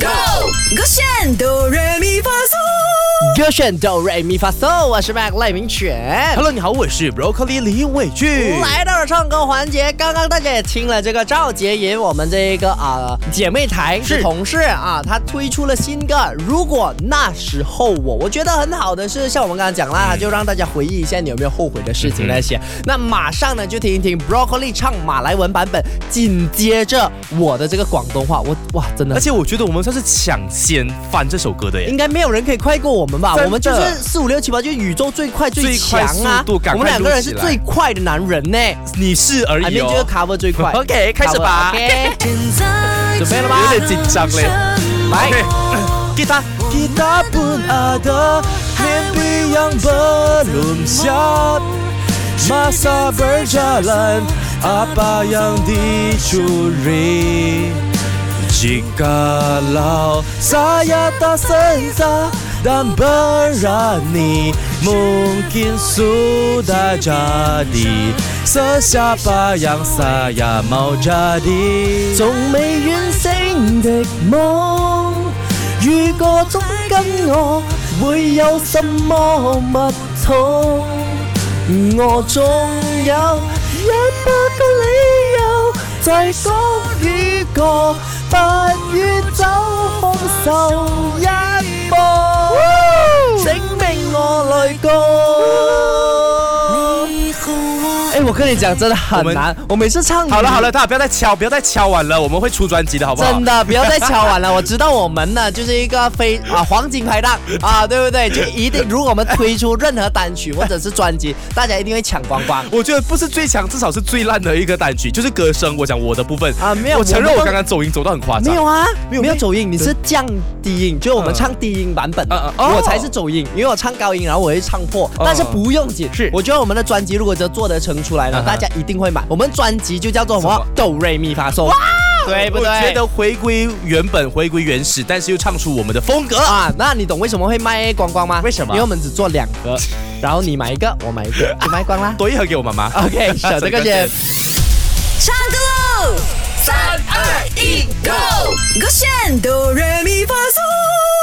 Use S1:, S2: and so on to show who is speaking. S1: Go！
S2: 勾选哆来咪发嗦，
S1: 歌选哆瑞咪发嗦，我是 Mac 赖明犬。
S3: Hello，你好，我是 Broccoli 李伟俊。
S1: 来到了唱歌环节，刚刚大家也听了这个赵杰莹，我们这一个啊、姐妹台
S3: 是
S1: 是同事啊，她推出了新歌《如果那时候我》，我觉得很好的是，像我们刚刚讲啦，就让大家回忆一下你有没有后悔的事情那些。那马上呢就听一听 Broccoli 唱马来文版本，紧接着我的这个广东话，我哇真的
S3: 而且我觉得我们算是抢先翻这首歌的耶
S1: 应。该没有人可以快过我们吧？
S3: 真的
S1: 我们就是四五六七八，就是宇宙最快
S3: 最
S1: 强
S3: 快
S1: 啊
S3: 速度！赶
S1: 我
S3: 快
S1: 们两个人是
S3: 录起来
S1: 最快的男人呢，
S3: 你是而
S1: 里
S3: 已
S1: 面
S3: 哦。
S1: 就是 cover 最快。
S3: 啊 OK，开始吧
S1: Cover，OK 准备了吗？
S3: 有点紧张嘞。来，kita kita pun ada mimpi yang belum siap masa berjalan apa yang dicuri Jikalau saya tak sensa dan berani Mungkin sudah jadi Sesiapa yang saya mau jadi
S1: 總未遠征的夢，如果終跟我會有什麼蜜痛？我總有一百個理由，就係講與個，不如走放手一步，證明我來過。哎，我跟你讲，真的很难。我每次唱
S3: 好了好了，大家不要再敲，不要再敲完了，我们会出专辑的，好不好？
S1: 真的不要再敲碗了。我知道我们呢就是一个非啊黄金排档 啊，对不对？就一定，如果我们推出任何单曲或者是专辑，大家一定会抢光光。
S3: 我觉得不是最强，至少是最烂的一个单曲，就是歌声。我讲我的部分
S1: 啊没有
S3: 我承认
S1: 我们
S3: 我刚刚走音走到很夸
S1: 没
S3: 张。
S1: 有啊，
S3: 没有
S1: 没有
S3: 没
S1: 走音，你是降低音，就是我们
S3: 嗯
S1: 唱低音版本的
S3: 嗯，嗯哦
S1: 我才是走音，因为我唱高音，然后我会唱破，
S3: 哦
S1: 但是不用紧，
S3: 是
S1: 我觉得我们的专辑如果真做得成出来呢
S3: 嗯，哼
S1: 大家一定会买。我们专辑就叫做什
S3: 什
S1: 么
S3: 么？
S1: 哆瑞咪发嗦，对不对？
S3: 我觉得回归原本，回归原始，但是又唱出我们的风格。
S1: 啊，那你懂为什么会卖光光吗？
S3: 为什么
S1: 因为我们只做两 个，然后你买一个，我买一个，就卖光啦。
S3: 多一盒给我妈妈。
S1: OK，小这个姐，
S2: 唱歌喽！三二一，Go！勾选哆来咪发嗦。